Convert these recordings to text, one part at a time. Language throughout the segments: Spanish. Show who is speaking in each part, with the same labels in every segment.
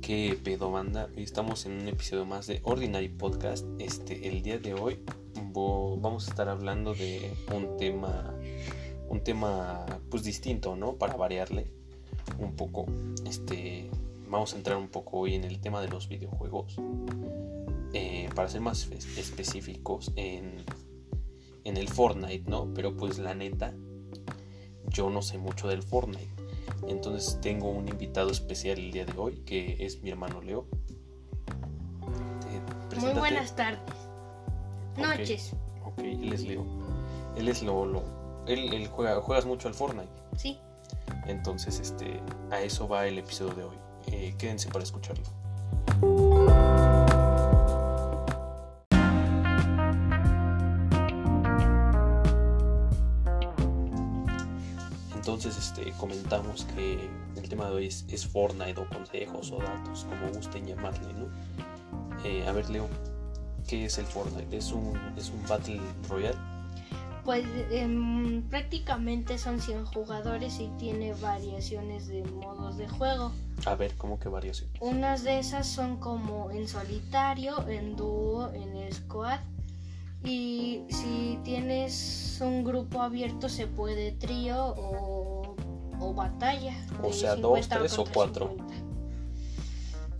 Speaker 1: ¿Qué pedo banda? Estamos en un episodio más de Ordinary Podcast. Este, el día de hoy vo- vamos a estar hablando de un tema, un tema pues distinto, ¿no? Para variarle un poco. Este, vamos a entrar un poco hoy en el tema de los videojuegos. Eh, para ser más es- específicos, en, en el Fortnite, ¿no? Pero pues la neta, yo no sé mucho del Fortnite. Entonces tengo un invitado especial el día de hoy, que es mi hermano Leo. Te-
Speaker 2: Muy
Speaker 1: preséntate.
Speaker 2: buenas tardes.
Speaker 1: Ok.
Speaker 2: Noches.
Speaker 1: Ok, él es Leo. Él es lo. lo él él juega, juegas mucho al Fortnite.
Speaker 2: Sí.
Speaker 1: Entonces, este, a eso va el episodio de hoy. Eh, quédense para escucharlo. Entonces, este, comentamos que el tema de hoy es, es Fortnite o consejos o datos, como gusten llamarle, ¿no? Eh, a ver, Leo, ¿qué es el Fortnite? ¿Es un, es un Battle Royale?
Speaker 2: Pues em, prácticamente son 100 jugadores y tiene variaciones de modos de juego.
Speaker 1: A ver, ¿cómo que variación?
Speaker 2: Unas de esas son como en solitario, en dúo, en squad. Y si tienes un grupo abierto se puede trío o, o batalla.
Speaker 1: O
Speaker 2: de
Speaker 1: sea, dos,
Speaker 2: 50
Speaker 1: tres o
Speaker 2: contra
Speaker 1: cuatro.
Speaker 2: 50.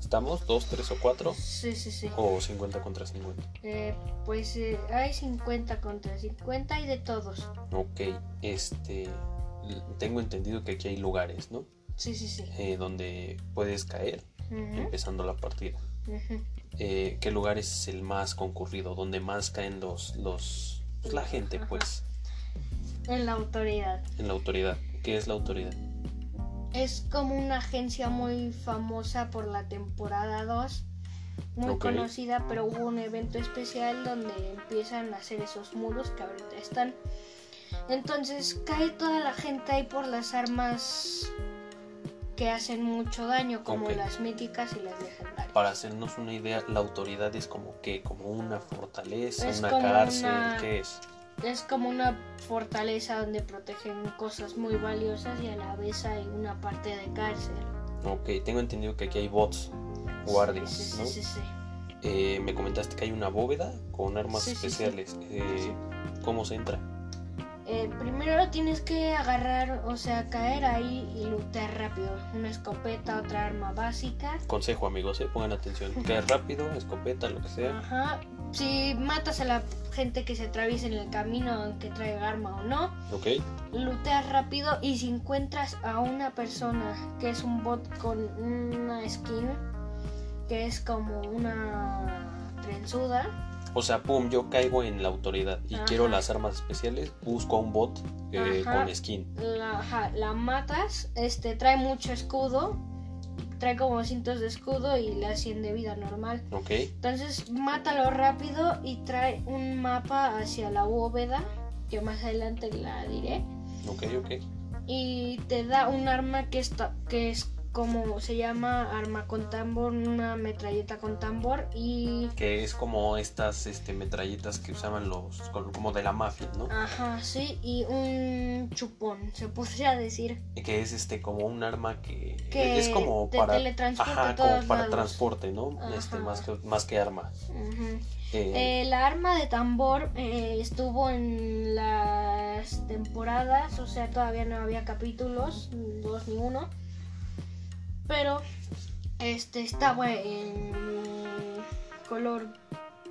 Speaker 1: ¿Estamos? ¿Dos, tres o cuatro?
Speaker 2: Sí, sí, sí.
Speaker 1: O 50 contra 50.
Speaker 2: Eh, pues eh, hay 50 contra 50 y de todos.
Speaker 1: Ok, este. l- Tengo entendido que aquí hay lugares, ¿no?
Speaker 2: Sí, sí, sí.
Speaker 1: Eh, donde puedes caer
Speaker 2: Ujú,
Speaker 1: empezando la partida.
Speaker 2: ujú.
Speaker 1: Eh, ¿Qué lugar es el más concurrido? Donde más caen los. los pues, la gente,
Speaker 2: Ajá.
Speaker 1: pues.
Speaker 2: En la autoridad.
Speaker 1: En la autoridad. ¿Qué es la autoridad?
Speaker 2: Es como una agencia muy famosa por la temporada 2. Muy
Speaker 1: Ok.
Speaker 2: conocida, pero hubo un evento especial donde empiezan a hacer esos muros que ahorita están. Entonces cae toda la gente ahí por las armas que hacen mucho daño, como
Speaker 1: Ok.
Speaker 2: las míticas y las legendarias.
Speaker 1: Para hacernos una idea, la autoridad es como que, como una fortaleza,
Speaker 2: Es
Speaker 1: una
Speaker 2: como
Speaker 1: cárcel,
Speaker 2: una-
Speaker 1: ¿qué es?
Speaker 2: Es como una fortaleza donde protegen cosas muy valiosas y a la vez hay una parte de cárcel.
Speaker 1: Ok, tengo entendido que aquí hay bots, guardias,
Speaker 2: Sí, sí,
Speaker 1: ¿no?
Speaker 2: sí, sí, sí.
Speaker 1: Eh, me comentaste que hay una bóveda con armas
Speaker 2: Sí, sí, sí.
Speaker 1: especiales. Eh, ¿Cómo se entra?
Speaker 2: Eh, primero tienes que agarrar, o sea, caer ahí y luchar rápido. Una escopeta, otra arma básica.
Speaker 1: Consejo, amigos, eh, pongan atención. Cae rápido, escopeta, lo que sea.
Speaker 2: Ajá. Si matas a la gente que se atraviesa en el camino, aunque traiga arma o no,
Speaker 1: Ok,
Speaker 2: luteas rápido y si encuentras a una persona que es un bot con una skin, que es como una trenzuda,
Speaker 1: o sea, pum, yo caigo en la autoridad y
Speaker 2: Ajá.
Speaker 1: quiero las armas especiales. Busco a un bot eh,
Speaker 2: Ajá.
Speaker 1: con skin.
Speaker 2: la, ajá, la matas, este trae mucho escudo, trae como cintos de escudo y le hacen de vida normal.
Speaker 1: Ok,
Speaker 2: Entonces, mátalo rápido y trae un mapa hacia la bóveda, que más adelante la diré.
Speaker 1: ok, ok.
Speaker 2: Y te da un arma que, está, que es como se llama arma con tambor, una metralleta con tambor y...
Speaker 1: Que es como estas este, metralletas que usaban los. con- como de la mafia, ¿no?
Speaker 2: Ajá, sí, y un chupón, se podría decir.
Speaker 1: Que es este como un arma que.
Speaker 2: Que
Speaker 1: es como
Speaker 2: te
Speaker 1: para.
Speaker 2: teletransporta
Speaker 1: Ajá,
Speaker 2: a todos
Speaker 1: como para
Speaker 2: lados.
Speaker 1: transporte, ¿no?
Speaker 2: Ajá.
Speaker 1: Este, más, que, más que arma.
Speaker 2: Ujú.
Speaker 1: Eh,
Speaker 2: Eh, la arma de tambor eh, estuvo en las temporadas, o sea, todavía no había capítulos, dos ni uno. Pero este estaba en color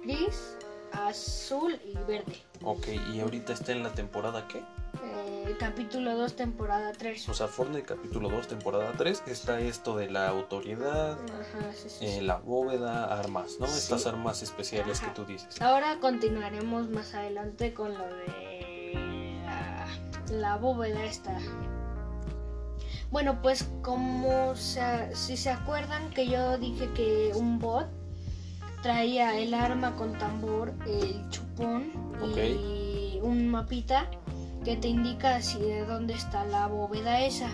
Speaker 2: gris, azul y verde.
Speaker 1: Ok, y ahorita está en la temporada qué?
Speaker 2: Eh, capítulo 2, temporada 3.
Speaker 1: O sea, Fortnite capítulo 2, temporada 3, está esto de la autoridad,
Speaker 2: Ajá, sí, sí, sí.
Speaker 1: eh, la bóveda, armas, ¿no?
Speaker 2: Sí.
Speaker 1: Estas armas especiales
Speaker 2: Ajá.
Speaker 1: que tú dices.
Speaker 2: Ahora continuaremos más adelante con lo de la, la bóveda esta. Bueno, pues como se- si se acuerdan que yo dije que un bot traía el arma con tambor, el chupón y un mapita que te indica si de dónde está la bóveda esa.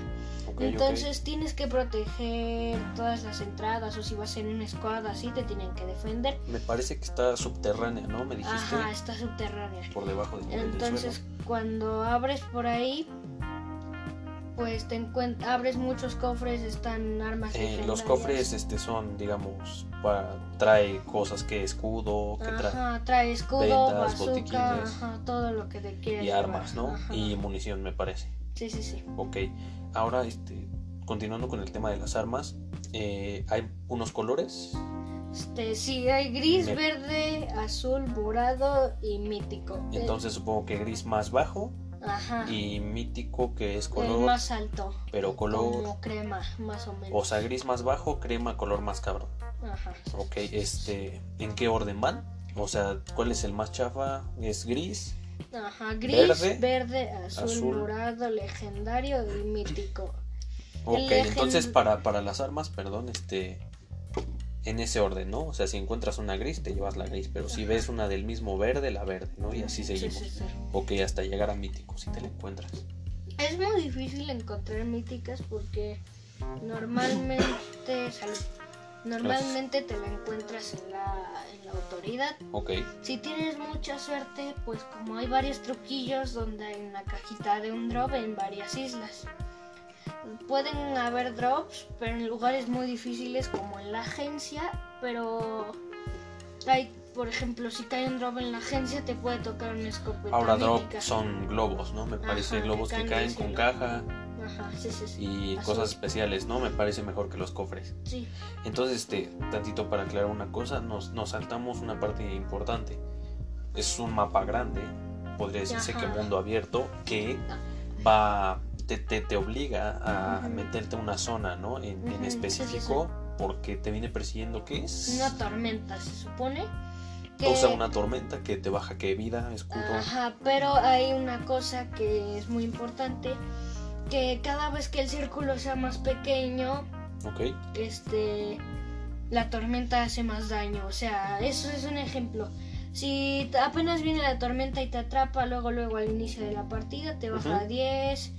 Speaker 1: Ok, ok.
Speaker 2: Entonces tienes que proteger todas las entradas o si vas en una squad así te tienen que defender.
Speaker 1: Me parece que está subterránea, ¿no? Me dijiste
Speaker 2: Ajá, está subterránea.
Speaker 1: por debajo de- del
Speaker 2: Entonces, cuando abres por ahí, pues te encuent- abres muchos cofres, están armas.
Speaker 1: Eh, los
Speaker 2: legendarias.
Speaker 1: cofres este, son, digamos, para- trae cosas que escudo, que trae,
Speaker 2: Ajá, trae escudo,
Speaker 1: vendas,
Speaker 2: bazooka,
Speaker 1: botiquines.
Speaker 2: ajá, todo lo que te quieres
Speaker 1: y
Speaker 2: llevar.
Speaker 1: armas, ¿no?
Speaker 2: Ajá.
Speaker 1: Y munición, me parece.
Speaker 2: Sí, sí, sí.
Speaker 1: Ok, ahora este, continuando con el tema de las armas, eh, hay unos colores.
Speaker 2: Este, sí, hay gris,
Speaker 1: Me-
Speaker 2: verde, azul, morado y mítico. Eh,
Speaker 1: Entonces supongo que gris más bajo
Speaker 2: ajá,
Speaker 1: y mítico que es
Speaker 2: el
Speaker 1: color,
Speaker 2: más alto,
Speaker 1: pero color,
Speaker 2: como crema, más o menos.
Speaker 1: o sea, gris más bajo, crema, color más cabrón.
Speaker 2: Ajá.
Speaker 1: Ok, este, ¿en qué orden van? O sea, ¿cuál es el más chafa? ¿Es gris?
Speaker 2: Ajá, gris,
Speaker 1: Verde,
Speaker 2: verde, azul,
Speaker 1: azul.
Speaker 2: morado, legendario y mítico.
Speaker 1: Ok,
Speaker 2: legend-
Speaker 1: entonces para, para las armas, perdón, este, en ese orden, ¿no? O sea, si encuentras una gris, te llevas la gris, pero si ves una del mismo verde, la verde, ¿no? Y así
Speaker 2: Sí, sí,
Speaker 1: seguimos.
Speaker 2: sí.
Speaker 1: Ok, hasta llegar a mítico, si te la encuentras.
Speaker 2: Es muy difícil encontrar míticas porque normalmente sal- normalmente te la encuentras en la, en la autoridad.
Speaker 1: Ok,
Speaker 2: Si tienes mucha suerte, pues como hay varios truquillos donde en la cajita de un drop en varias islas. Pueden haber drops, pero en lugares muy difíciles como en la agencia, pero hay, por ejemplo, si cae un drop en la agencia te puede tocar una escopeta
Speaker 1: ahora drop
Speaker 2: mítica.
Speaker 1: son globos, ¿no? Me parece
Speaker 2: Ajá,
Speaker 1: globos
Speaker 2: que
Speaker 1: que
Speaker 2: caen
Speaker 1: caen
Speaker 2: del
Speaker 1: con
Speaker 2: cielo.
Speaker 1: caja
Speaker 2: Ajá, sí, sí, sí.
Speaker 1: y
Speaker 2: Así
Speaker 1: cosas
Speaker 2: es.
Speaker 1: especiales, ¿no? Me parece mejor que los cofres.
Speaker 2: Sí.
Speaker 1: Entonces, este, tantito para aclarar una cosa, nos, nos saltamos una parte importante. Es un mapa grande, podría decirse que
Speaker 2: Ajá.
Speaker 1: mundo abierto, que va, te, te, te obliga a
Speaker 2: Ujú.
Speaker 1: meterte a una zona, ¿no? En, en
Speaker 2: Ujú, sí, sí, sí.
Speaker 1: específico, porque te viene persiguiendo, ¿qué es?
Speaker 2: Una tormenta, se supone.
Speaker 1: O sea, una tormenta que te baja que vida, escudo.
Speaker 2: Ajá, pero hay una cosa que es muy importante, que cada vez que el círculo sea más pequeño,
Speaker 1: Ok.
Speaker 2: este, la tormenta hace más daño. O sea, eso es un ejemplo. Si t- apenas viene la tormenta y te atrapa, luego, luego al inicio de la partida te baja
Speaker 1: Ujú.
Speaker 2: a 10,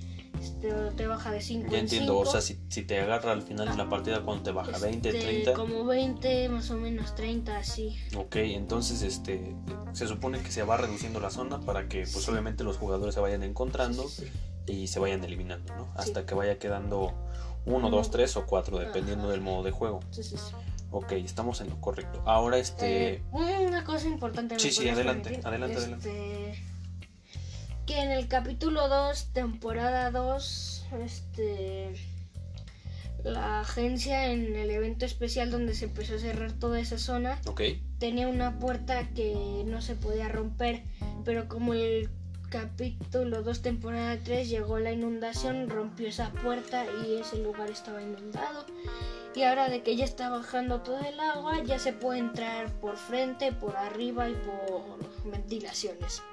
Speaker 2: este, o te baja de 5
Speaker 1: Ya
Speaker 2: en
Speaker 1: entiendo,
Speaker 2: 5.
Speaker 1: o sea, si, si te agarra al final de la partida cuando te baja 20,
Speaker 2: Este,
Speaker 1: 30.
Speaker 2: Como 20, más o menos 30, así.
Speaker 1: Ok, entonces este se supone que se va reduciendo la zona para que pues
Speaker 2: Sí.
Speaker 1: obviamente los jugadores se vayan encontrando
Speaker 2: Sí, sí, sí.
Speaker 1: y se vayan eliminando, ¿no? Hasta que vaya quedando 1, 2, 3 o 4 dependiendo
Speaker 2: Ajá.
Speaker 1: del modo de juego.
Speaker 2: Sí, sí, sí.
Speaker 1: Ok, estamos en lo correcto. Ahora este
Speaker 2: Eh, una cosa importante. ¿me
Speaker 1: Sí, sí,
Speaker 2: podrías
Speaker 1: adelante, adelante,
Speaker 2: Este, Que en el capítulo 2, temporada 2, este, la agencia en el evento especial donde se empezó a cerrar toda esa zona
Speaker 1: ok,
Speaker 2: tenía una puerta que no se podía romper, pero como el capítulo 2, temporada 3 llegó la inundación, rompió esa puerta y ese lugar estaba inundado. Y ahora de que ya está bajando todo el agua, ya se puede entrar por frente, por arriba y por ventilaciones.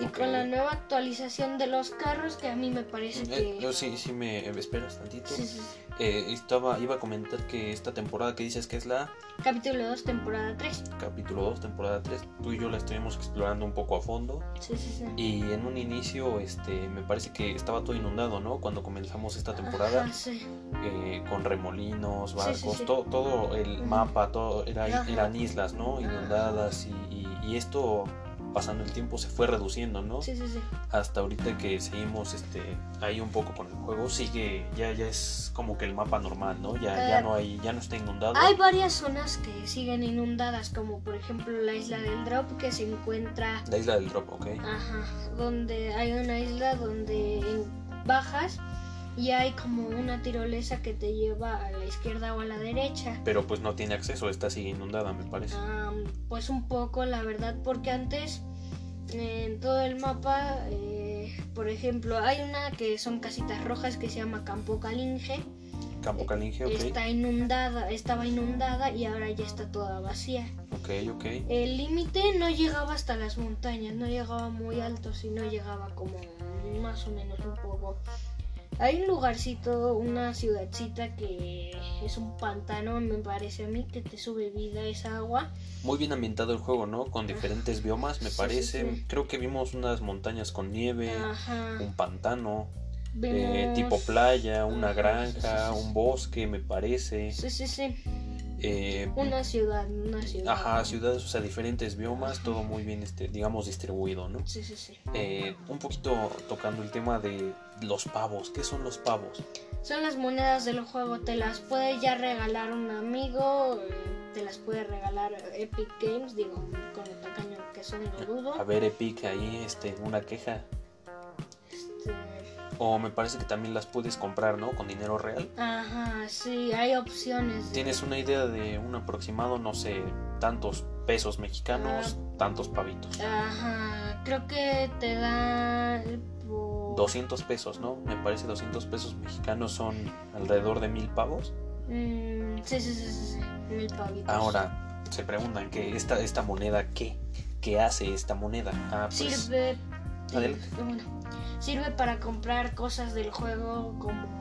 Speaker 2: Y
Speaker 1: Ok.
Speaker 2: con la nueva actualización de los carros, que a mí me parece
Speaker 1: Eh,
Speaker 2: que...
Speaker 1: yo sí sí me me esperas tantito.
Speaker 2: este, Sí, sí.
Speaker 1: Eh, estaba iba a comentar que esta temporada que dices que es la
Speaker 2: Capítulo 2, temporada 3.
Speaker 1: capítulo 2, temporada 3, tú y yo la estuvimos explorando un poco a fondo.
Speaker 2: Sí, sí, sí.
Speaker 1: Y en un inicio, este, me parece que estaba todo inundado, ¿no? Cuando comenzamos esta temporada,
Speaker 2: Ajá, sí.
Speaker 1: eh, con remolinos,
Speaker 2: Sí, sí,
Speaker 1: barcos,
Speaker 2: sí.
Speaker 1: Todo, todo el
Speaker 2: Ujú.
Speaker 1: mapa, todo era,
Speaker 2: Ajá.
Speaker 1: eran islas, ¿no? Inundadas y, y- y esto, pasando el tiempo, se fue reduciendo, ¿no?
Speaker 2: Sí, sí, sí.
Speaker 1: Hasta ahorita que seguimos este, ahí un poco con el juego, sigue, ya, ya es como que el mapa normal, ¿no? Ya, ya
Speaker 2: Eh,
Speaker 1: no hay, ya no está inundado.
Speaker 2: Hay varias zonas que siguen inundadas, como por ejemplo la isla del Drop que se encuentra,
Speaker 1: La isla del drop, ¿ok?
Speaker 2: ajá, donde hay una isla donde en- bajas y hay como una tirolesa que te lleva a la izquierda o a la derecha.
Speaker 1: Pero pues no tiene acceso, está sigue inundada, me parece.
Speaker 2: Am, pues un poco, la verdad, porque antes eh, en todo el mapa, eh, por ejemplo, hay una que son casitas rojas que se llama Campo Calinge,
Speaker 1: Campo Calinge, ok.
Speaker 2: está inundada, estaba inundada y ahora ya está toda vacía.
Speaker 1: Ok, ok.
Speaker 2: El límite no llegaba hasta las montañas, no llegaba muy alto, sino llegaba como más o menos un poco. Hay un lugarcito, una ciudadcita que es un pantano, me parece a mí, que te sube vida esa agua.
Speaker 1: Muy bien ambientado el juego, ¿no? Con diferentes biomas, me
Speaker 2: Sí, sí,
Speaker 1: parece.
Speaker 2: sí.
Speaker 1: Creo que vimos unas montañas con nieve,
Speaker 2: Ajá.
Speaker 1: un pantano, eh,
Speaker 2: Vemos-
Speaker 1: tipo playa, una
Speaker 2: Ajá, sí,
Speaker 1: granja,
Speaker 2: sí, sí, sí.
Speaker 1: un bosque, me parece.
Speaker 2: Sí, sí, sí.
Speaker 1: eh,
Speaker 2: Una ciudad, una ciudad.
Speaker 1: ajá, ciudades, o sea, diferentes biomas, todo muy bien, este, digamos, distribuido, ¿no?
Speaker 2: Sí, sí, sí.
Speaker 1: Eh, un poquito tocando el tema de los pavos. ¿Qué son los pavos?
Speaker 2: Son las monedas del juego, te las puede ya regalar un amigo, eh, te las puede regalar Epic Games, digo, con el tacaño que son, lo
Speaker 1: A
Speaker 2: dudo.
Speaker 1: ver, Epic, ahí este, una queja.
Speaker 2: Este,
Speaker 1: O me parece que también las puedes comprar, ¿no? Con dinero real.
Speaker 2: Ajá, sí, hay opciones. de-
Speaker 1: ¿Tienes una idea de un aproximado, no sé, tantos pesos mexicanos, tantos pavitos?
Speaker 2: Ajá, creo que te da... por-
Speaker 1: 200 pesos, ¿no? Me parece 200 pesos mexicanos son alrededor de mil pavos.
Speaker 2: Mm, sí, sí, sí, sí, sí, mil pavitos.
Speaker 1: Ahora, se preguntan que esta, esta moneda, ¿qué? ¿Qué hace esta moneda? Ah, pues,
Speaker 2: Sirve
Speaker 1: adelante.
Speaker 2: Bueno, sirve para comprar cosas del juego como...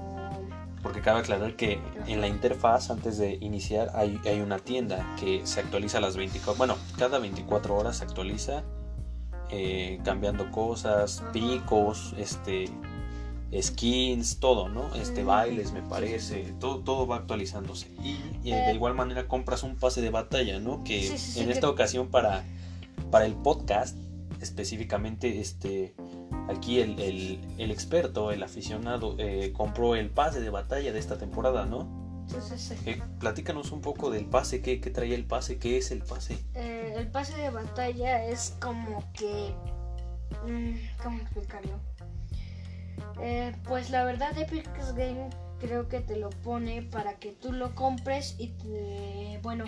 Speaker 1: Porque cabe aclarar que en la interfaz, antes de iniciar, hay, hay una tienda que se actualiza a las 24... Bueno, cada 24 horas se actualiza, eh, cambiando cosas,
Speaker 2: Ajá.
Speaker 1: picos, este skins, todo, ¿no? Este
Speaker 2: Mm.
Speaker 1: bailes, me parece, todo, todo va actualizándose. Y, y
Speaker 2: Eh.
Speaker 1: de igual manera compras un pase de batalla, ¿no? Que
Speaker 2: Sí, sí, sí,
Speaker 1: en
Speaker 2: que-
Speaker 1: esta ocasión para, para el podcast, específicamente, este aquí el, el- el experto, el aficionado, eh, compró el pase de batalla de esta temporada, ¿no?
Speaker 2: Sí, sí, sí.
Speaker 1: Eh, platícanos un poco del pase, ¿qué, qué traía el pase? ¿Qué es el pase?
Speaker 2: Eh, el pase de batalla es como que... mm, ¿Cómo explicarlo? Eh, pues la verdad Epic Game creo que te lo pone para que tú lo compres y te... Bueno,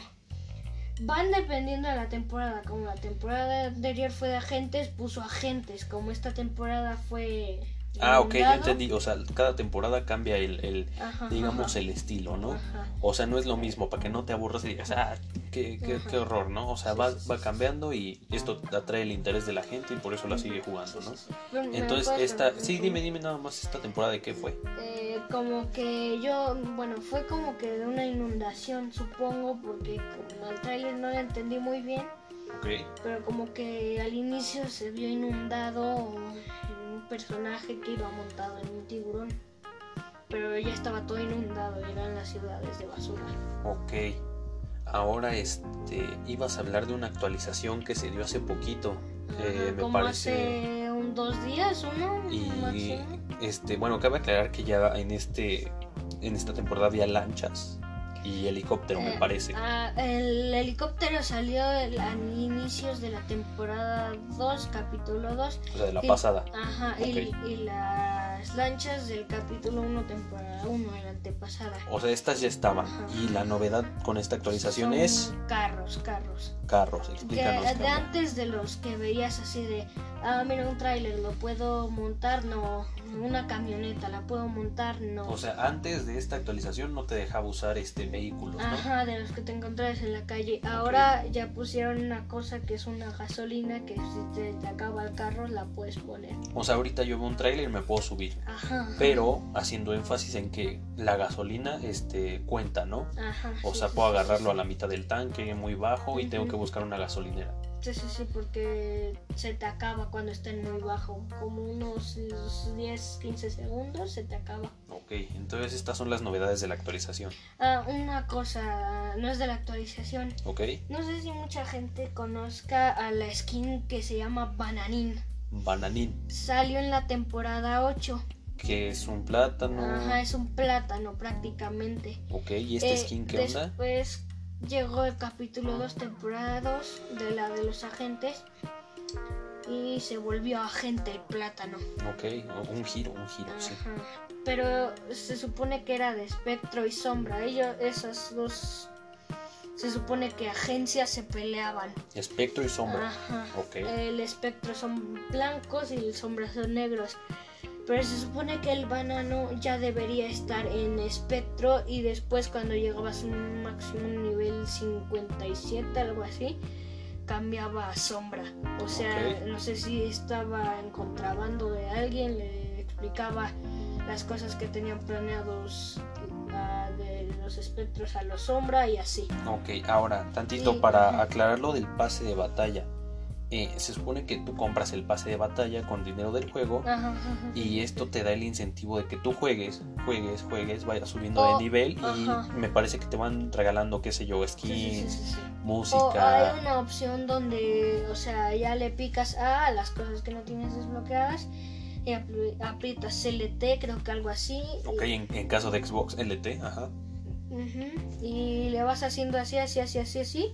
Speaker 2: van dependiendo de la temporada. Como la temporada anterior fue de agentes, puso agentes. Como esta temporada fue...
Speaker 1: Ah, ok, ya
Speaker 2: blindado,
Speaker 1: entendí. O sea, cada temporada cambia el, el,
Speaker 2: ajá,
Speaker 1: digamos,
Speaker 2: ajá,
Speaker 1: el estilo, ¿no?
Speaker 2: ajá.
Speaker 1: O sea, no es lo mismo, para que no te aburras y digas, ah, qué, qué-
Speaker 2: Ajá.
Speaker 1: qué horror, ¿no? O sea,
Speaker 2: Sí,
Speaker 1: va,
Speaker 2: sí, sí,
Speaker 1: va
Speaker 2: sí.
Speaker 1: cambiando y esto atrae el interés de la gente y por eso la sigue jugando, ¿no? Entonces,
Speaker 2: pues,
Speaker 1: esta... Sí, dime, dime nada más esta temporada de qué fue.
Speaker 2: Eh, como que yo, bueno, fue como que de una inundación, supongo, porque como el tráiler no lo entendí muy bien,
Speaker 1: Ok.
Speaker 2: pero como que al inicio se vio inundado un personaje que iba montado en un tiburón, pero ya estaba todo inundado, y eran las ciudades de basura.
Speaker 1: Ok. Ahora este ibas a hablar de una actualización que se dio hace poquito. eh,
Speaker 2: Ajá,
Speaker 1: me
Speaker 2: como
Speaker 1: parece.
Speaker 2: hace un dos días, uno,
Speaker 1: Y
Speaker 2: máximo.
Speaker 1: este, bueno, cabe aclarar que ya en este. En esta temporada había lanchas y helicóptero, me
Speaker 2: Eh,
Speaker 1: parece.
Speaker 2: Ah, el helicóptero salió el- a inicios de la temporada 2, capítulo 2.
Speaker 1: O sea, de la
Speaker 2: sí.
Speaker 1: pasada.
Speaker 2: Ajá,
Speaker 1: Ok.
Speaker 2: y, y las lanchas del capítulo 1, temporada 1, en la antepasada.
Speaker 1: O sea, estas ya estaban.
Speaker 2: Ajá.
Speaker 1: Y la novedad con esta actualización
Speaker 2: Son
Speaker 1: es
Speaker 2: Carros, carros.
Speaker 1: carros.
Speaker 2: Que
Speaker 1: Explícanos.
Speaker 2: de
Speaker 1: Carla.
Speaker 2: antes de los que veías así de, ah, mira un tráiler, lo puedo montar, no. Una camioneta, la puedo montar, no.
Speaker 1: O sea, antes de esta actualización no te dejaba usar este vehículos, ¿no?
Speaker 2: Ajá, de los que te encontrabas en la calle. Ahora ya pusieron una cosa que es una gasolina que si te, te acaba el carro la puedes poner.
Speaker 1: O sea, ahorita yo veo un tráiler y me puedo subir.
Speaker 2: Ajá.
Speaker 1: pero haciendo énfasis en que la gasolina este, cuenta, ¿no?
Speaker 2: Ajá,
Speaker 1: O
Speaker 2: sí,
Speaker 1: sea,
Speaker 2: sí,
Speaker 1: puedo
Speaker 2: sí,
Speaker 1: agarrarlo a la mitad del tanque, muy bajo, y tengo
Speaker 2: Ujú.
Speaker 1: que buscar una gasolinera.
Speaker 2: Sí, sí, sí, porque se te acaba cuando estén muy bajo. Como unos eh, 10, 15 segundos se te acaba.
Speaker 1: Ok, entonces estas son las novedades de la actualización,
Speaker 2: Ah, una cosa, no es de la actualización.
Speaker 1: ¿ok?
Speaker 2: No sé si mucha gente conozca a la skin que se llama Bananín.
Speaker 1: Bananín,
Speaker 2: Salió en la temporada 8.
Speaker 1: que es un plátano.
Speaker 2: Ajá, es un plátano prácticamente.
Speaker 1: Ok, ¿y este
Speaker 2: Eh,
Speaker 1: skin qué onda?
Speaker 2: Después llegó el capítulo 2, temporada 2 de la de los agentes. Y se volvió agente el plátano.
Speaker 1: Ok, oh, un giro, un giro, sí.
Speaker 2: Ajá. Pero se supone que era de espectro y sombra. Ellos, esas dos. Se supone que agencias se peleaban.
Speaker 1: Espectro y sombra.
Speaker 2: Ajá.
Speaker 1: Ok.
Speaker 2: El espectro son blancos y el sombra son negros. Pero se supone que el banano ya debería estar en espectro y después cuando llegabas a un máximo nivel 57, algo así, cambiaba a sombra. O sea,
Speaker 1: Ok.
Speaker 2: no sé si estaba en contrabando de alguien, le explicaba las cosas que tenían planeados ah, de los espectros a los sombra y así.
Speaker 1: Ok, ahora, tantito
Speaker 2: Y-
Speaker 1: para
Speaker 2: ajá.
Speaker 1: aclarar lo del pase de batalla. eh, se supone que tú compras el pase de batalla con dinero del juego
Speaker 2: Ajá, ajá.
Speaker 1: y esto te da el incentivo de que tú juegues, juegues, juegues, vayas subiendo
Speaker 2: Oh,
Speaker 1: de nivel y
Speaker 2: ajá.
Speaker 1: me parece que te van regalando, qué sé yo,
Speaker 2: Sí,
Speaker 1: skins,
Speaker 2: sí, sí, Oh, sí, sí. O
Speaker 1: música.
Speaker 2: hay una opción donde, o sea, ya le picas a las cosas que no tienes desbloqueadas y apri- aprietas LT, creo que algo así. y-
Speaker 1: Ok, en, en caso de Xbox LT, ajá.
Speaker 2: Ujú, Y le vas haciendo así, así, así, así, así.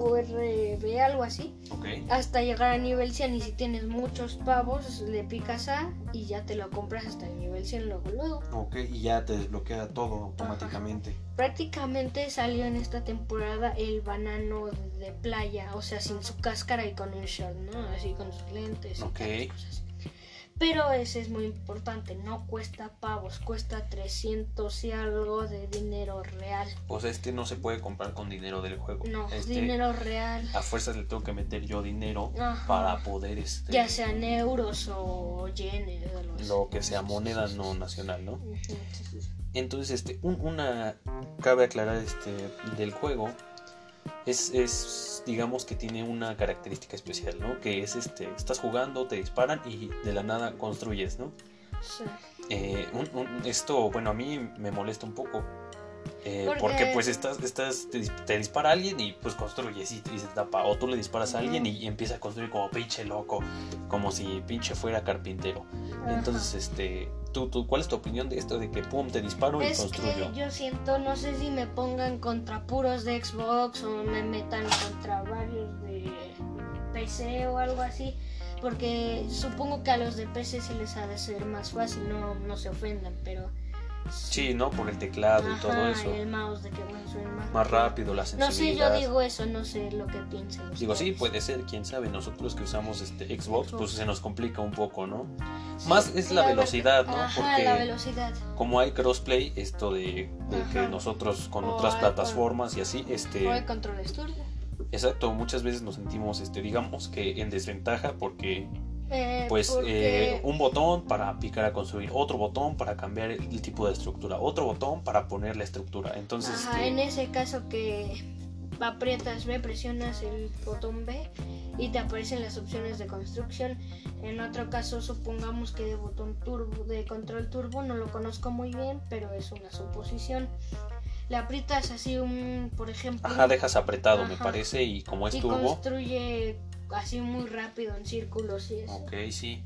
Speaker 2: O RB, algo así.
Speaker 1: Ok.
Speaker 2: Hasta llegar a nivel 100 y si tienes muchos pavos, le picas a y ya te lo compras hasta el nivel 100 luego, luego.
Speaker 1: Ok, y ya te desbloquea todo automáticamente.
Speaker 2: Prácticamente salió en esta temporada el banano de playa, o sea, sin su cáscara y con un short, ¿no? Así con sus lentes y
Speaker 1: Ok.
Speaker 2: tantas cosas. Pero ese es muy importante, no cuesta pavos, cuesta 300 y algo de dinero real.
Speaker 1: O sea, es que no se puede comprar con dinero del juego.
Speaker 2: No,
Speaker 1: Este,
Speaker 2: dinero real.
Speaker 1: A fuerzas le tengo que meter yo dinero
Speaker 2: Ajá.
Speaker 1: para poder este
Speaker 2: Ya sean euros o yenes. o algo así.
Speaker 1: lo que sea moneda no nacional, ¿no?
Speaker 2: Ujú, sí, sí, sí.
Speaker 1: Entonces, este, un- una cabe aclarar este del juego es, es, digamos que tiene una característica especial, ¿no? Que es este, estás jugando, te disparan y de la nada construyes, ¿no?
Speaker 2: Sí.
Speaker 1: Eh, un- un- esto, bueno, a mí me molesta un poco. eh,
Speaker 2: Porque-
Speaker 1: Porque pues estás, estás, te, dis- te dispara alguien y pues construyes y, y se tapa. O tú le disparas a
Speaker 2: Ujú.
Speaker 1: alguien y, y empieza a construir como pinche loco, como si pinche fuera carpintero. Entonces, este, tú, tú, ¿cuál es tu opinión de esto de que pum, te disparo y
Speaker 2: Es
Speaker 1: construyo?
Speaker 2: que yo siento, no sé si me pongan contra puros de Xbox o me metan contra varios de PC o algo así, porque supongo que a los de PC se les ha de ser más fácil, no, no se ofendan, pero...
Speaker 1: Sí, ¿no? Por el teclado y todo
Speaker 2: Ajá,
Speaker 1: eso.
Speaker 2: y el mouse de que bueno, suena más,
Speaker 1: Más rápido, la
Speaker 2: No sé, yo
Speaker 1: sensibilidad.
Speaker 2: digo eso, no sé lo que piensen.
Speaker 1: Digo, sí,
Speaker 2: ustedes.
Speaker 1: puede ser, quién sabe. Nosotros que usamos este Xbox, pues
Speaker 2: Xbox.
Speaker 1: se nos complica un poco, ¿no?
Speaker 2: Sí,
Speaker 1: Más es la
Speaker 2: ver-
Speaker 1: velocidad, ¿no?
Speaker 2: Ajá,
Speaker 1: Porque-
Speaker 2: la velocidad.
Speaker 1: Como hay crossplay, esto de, de que
Speaker 2: Ajá.
Speaker 1: nosotros con
Speaker 2: O
Speaker 1: otras
Speaker 2: hay-
Speaker 1: plataformas y así,
Speaker 2: O el
Speaker 1: este,
Speaker 2: control esturdo.
Speaker 1: exacto, muchas veces nos sentimos, este, digamos que en desventaja porque,
Speaker 2: Eh,
Speaker 1: pues,
Speaker 2: porque-
Speaker 1: eh, un botón para picar a construir, otro botón para cambiar el, el tipo de estructura, otro botón para poner la estructura. Entonces,
Speaker 2: Ajá,
Speaker 1: este,
Speaker 2: en ese caso que aprietas B, presionas el botón B y te aparecen las opciones de construcción. En otro caso, supongamos que de botón turbo, de control turbo, no lo conozco muy bien, pero es una suposición. Le aprietas así un, por ejemplo,
Speaker 1: ajá, dejas apretado, me
Speaker 2: Ajá.
Speaker 1: parece, y como es
Speaker 2: y
Speaker 1: turbo,
Speaker 2: construye así muy rápido en círculos y eso.
Speaker 1: ok, sí.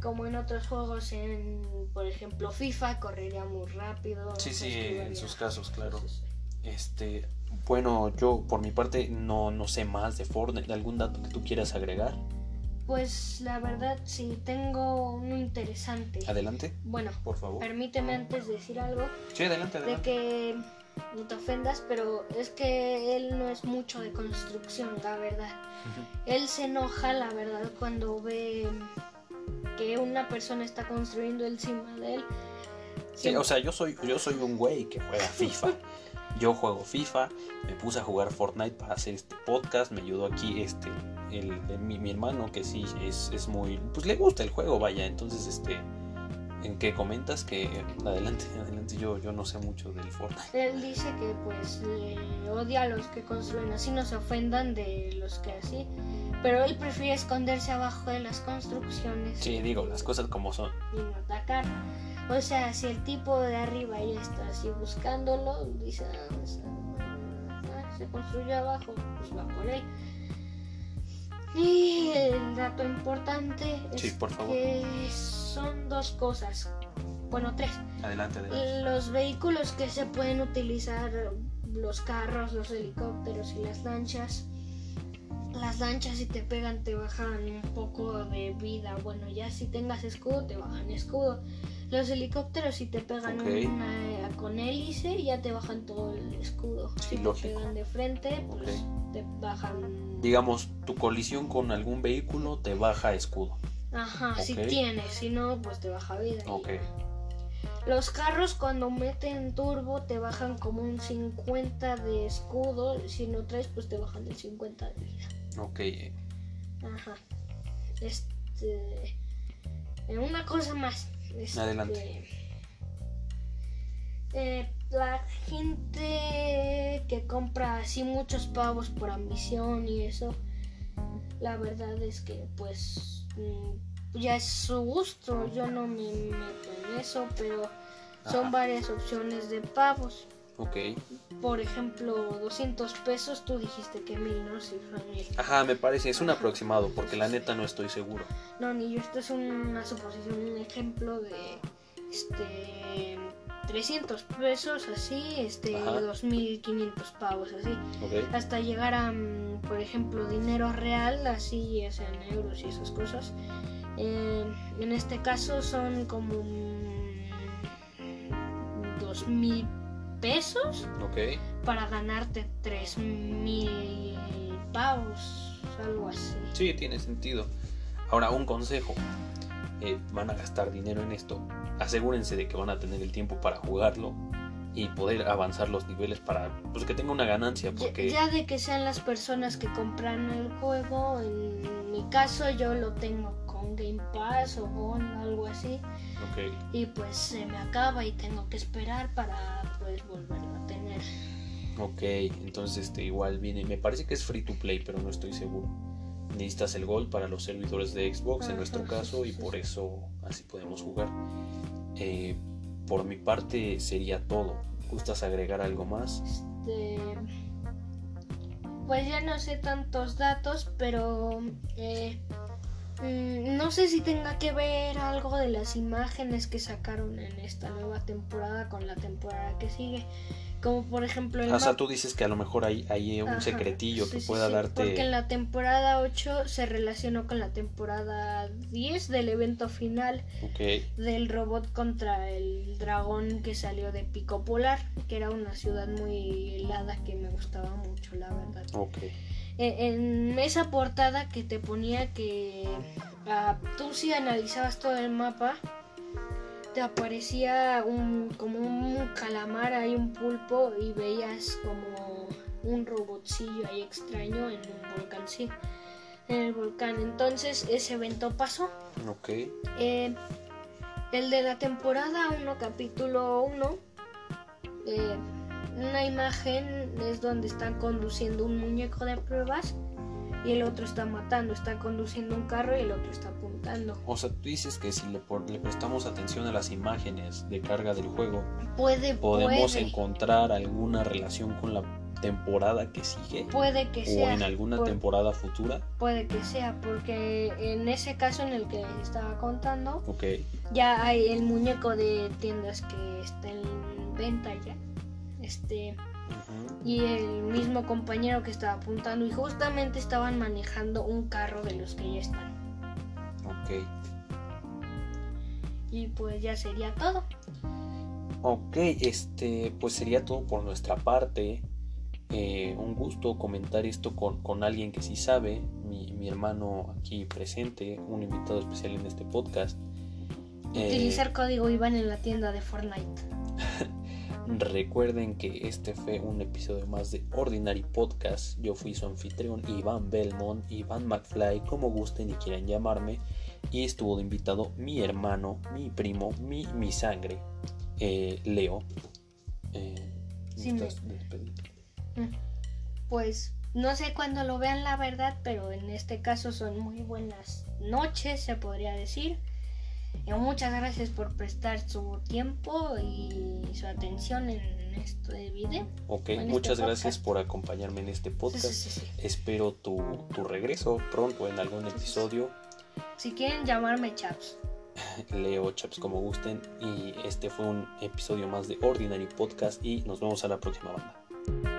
Speaker 2: Como en otros juegos, en por ejemplo FIFA, correría muy rápido.
Speaker 1: Sí, sí,
Speaker 2: esquivaría.
Speaker 1: en sus casos, claro.
Speaker 2: Sí, sí, sí.
Speaker 1: Este, bueno, yo por mi parte no, no sé más de Fortnite, algún dato que tú quieras agregar,
Speaker 2: Pues la verdad sí, tengo uno interesante.
Speaker 1: adelante,
Speaker 2: Bueno,
Speaker 1: por favor.
Speaker 2: permíteme antes decir algo
Speaker 1: Sí, adelante,
Speaker 2: de
Speaker 1: adelante.
Speaker 2: que no te ofendas, pero es que él no es mucho de construcción, la verdad. Él se enoja, la verdad, cuando ve que una persona está construyendo encima de él.
Speaker 1: Sí, o sea, yo soy, yo soy un güey que juega FIFA. Yo juego FIFA, me puse a jugar Fortnite para hacer este podcast, me ayudó aquí este el, el- mi, mi hermano que sí es, es muy pues le gusta el juego, vaya, entonces este en que comentas que adelante, adelante yo yo no sé mucho del Fortnite.
Speaker 2: Él dice que pues le odia a los que construyen así, no se ofendan de los que así. Pero él prefiere esconderse abajo de las construcciones.
Speaker 1: Sí, digo, las cosas como son.
Speaker 2: y no atacar. O sea, si el tipo de arriba ya está así buscándolo, dice, "Ah, pues, ah, se construye abajo, pues va por él. Y el dato importante es
Speaker 1: Sí, por favor.
Speaker 2: que son dos cosas, bueno, tres.
Speaker 1: Adelante, adelante.
Speaker 2: Los vehículos que se pueden utilizar, los carros, los helicópteros y las lanchas. Las lanchas si te pegan te bajan un poco de vida. Bueno, ya si tengas escudo te bajan escudo. Los helicópteros si te pegan
Speaker 1: Ok.
Speaker 2: una- eh, con hélice ya te bajan todo el escudo.
Speaker 1: Mm, Sí,
Speaker 2: si
Speaker 1: lógico.
Speaker 2: te pegan de frente, pues te bajan...
Speaker 1: Digamos, tu colisión con algún vehículo te baja escudo.
Speaker 2: Ajá, si
Speaker 1: Ok.
Speaker 2: tienes, si no, pues te baja vida. y
Speaker 1: Ok.
Speaker 2: ya. Los carros cuando meten turbo te bajan como un 50 de escudo, si no traes pues te bajan el 50 de vida.
Speaker 1: Ok.
Speaker 2: Ajá. Este eh, una cosa más. Este,
Speaker 1: Adelante.
Speaker 2: eh, la gente que compra así muchos pavos por ambición y eso la verdad es que pues mm, ya es su gusto, yo no me meto en eso, pero son
Speaker 1: Ajá.
Speaker 2: varias opciones de pagos.
Speaker 1: Ok.
Speaker 2: Por ejemplo, 200 pesos, tú dijiste que mil, ¿no? Sí, Fanny.
Speaker 1: Ajá, me parece, es un aproximado, porque la neta no estoy seguro.
Speaker 2: No, ni yo, esto es una suposición, un ejemplo de este 300 pesos así, este
Speaker 1: Ajá.
Speaker 2: 2500 pavos así,
Speaker 1: Ok.
Speaker 2: hasta llegar a mm, por ejemplo dinero real, así ya sean euros y esas cosas. Eh, en este caso son como mm, 2000 pesos
Speaker 1: Ok.
Speaker 2: para ganarte 3000 pavos, algo así.
Speaker 1: Sí, tiene sentido. Ahora, un consejo. Eh, van a gastar dinero en esto. Asegúrense de que van a tener el tiempo para jugarlo y poder avanzar los niveles para pues, que tenga una ganancia.
Speaker 2: Ya-
Speaker 1: Porque
Speaker 2: Ya de que sean las personas que compran el juego, en mi caso yo lo tengo con Game Pass o con algo así,
Speaker 1: Ok,
Speaker 2: y pues se me acaba y tengo que esperar para pues volverlo a tener.
Speaker 1: ok, entonces este, igual viene. Me parece que es free to play, pero no estoy seguro. Necesitas el gol para los servidores de Xbox en
Speaker 2: Ajá,
Speaker 1: nuestro
Speaker 2: sí,
Speaker 1: caso
Speaker 2: sí,
Speaker 1: y
Speaker 2: sí,
Speaker 1: por
Speaker 2: sí.
Speaker 1: eso así podemos jugar. Eh, por mi parte sería todo. ¿Gustas agregar algo más?
Speaker 2: Este, pues ya no sé tantos datos, pero eh, mm, no sé si tenga que ver algo de las imágenes que sacaron en esta nueva temporada con la temporada que sigue. Como por ejemplo el
Speaker 1: Ah, O sea,
Speaker 2: mapa.
Speaker 1: tú dices que a lo mejor hay, hay un
Speaker 2: Ajá,
Speaker 1: secretillo
Speaker 2: sí,
Speaker 1: que
Speaker 2: sí,
Speaker 1: pueda
Speaker 2: sí, Porque en
Speaker 1: darte.
Speaker 2: la temporada 8 se relacionó con la temporada 10 del evento final
Speaker 1: Ok,
Speaker 2: del robot contra el dragón que salió de Pico Polar, que era una ciudad muy helada que me gustaba mucho, la verdad.
Speaker 1: ok.
Speaker 2: E- En esa portada que te ponía que ah, tú si analizabas todo el mapa, te aparecía un, como un calamar ahí, un pulpo, y veías como un robotcillo ahí extraño en un volcán, sí, en el volcán. Entonces ese evento pasó.
Speaker 1: Ok,
Speaker 2: Eh, el de la temporada 1, capítulo 1, eh, una imagen es donde están conduciendo un muñeco de pruebas y el otro está matando, está conduciendo un carro y el otro está apuntando.
Speaker 1: O sea, tú dices que si le, por- le prestamos atención a las imágenes de carga del juego,
Speaker 2: Puede,
Speaker 1: podemos
Speaker 2: puede,
Speaker 1: encontrar alguna relación con la temporada que sigue
Speaker 2: puede que
Speaker 1: o
Speaker 2: sea.
Speaker 1: en alguna
Speaker 2: por-
Speaker 1: temporada futura.
Speaker 2: Puede que sea, porque en ese caso en el que les estaba contando,
Speaker 1: Ok,
Speaker 2: ya hay el muñeco de tiendas que está en venta ya. Este,
Speaker 1: ujú,
Speaker 2: y el mismo compañero que estaba apuntando y justamente estaban manejando un carro de los que ya están.
Speaker 1: ok.
Speaker 2: Y pues ya sería todo.
Speaker 1: Ok, este, pues sería todo por nuestra parte. Eh, un gusto comentar esto con, con alguien que sí sabe, mi, mi hermano aquí presente, un invitado especial en este podcast. Eh,
Speaker 2: Utilizar código Iván en la tienda de Fortnite.
Speaker 1: Recuerden que este fue un episodio más de Ordinary Podcast. Yo fui su anfitrión Iván Belmont, Iván McFly, como gusten y quieran llamarme. Y estuvo de invitado mi hermano, mi primo, mi, mi sangre, eh, Leo. Eh,
Speaker 2: Sí,
Speaker 1: ¿gustas despedirte?
Speaker 2: Pues no sé cuándo lo vean la verdad, pero en este caso son muy buenas noches, se podría decir. Y muchas gracias por prestar su tiempo y su atención en este video.
Speaker 1: Ok,
Speaker 2: en este
Speaker 1: muchas gracias
Speaker 2: podcast.
Speaker 1: por acompañarme en este
Speaker 2: Sí,
Speaker 1: podcast.
Speaker 2: sí, sí, sí.
Speaker 1: Espero tu, tu regreso pronto en algún
Speaker 2: Sí, sí, sí.
Speaker 1: episodio.
Speaker 2: Si quieren llamarme Chaps.
Speaker 1: Leo Chaps como gusten. Y este fue un episodio más de Ordinary Podcast y nos vemos a la próxima banda.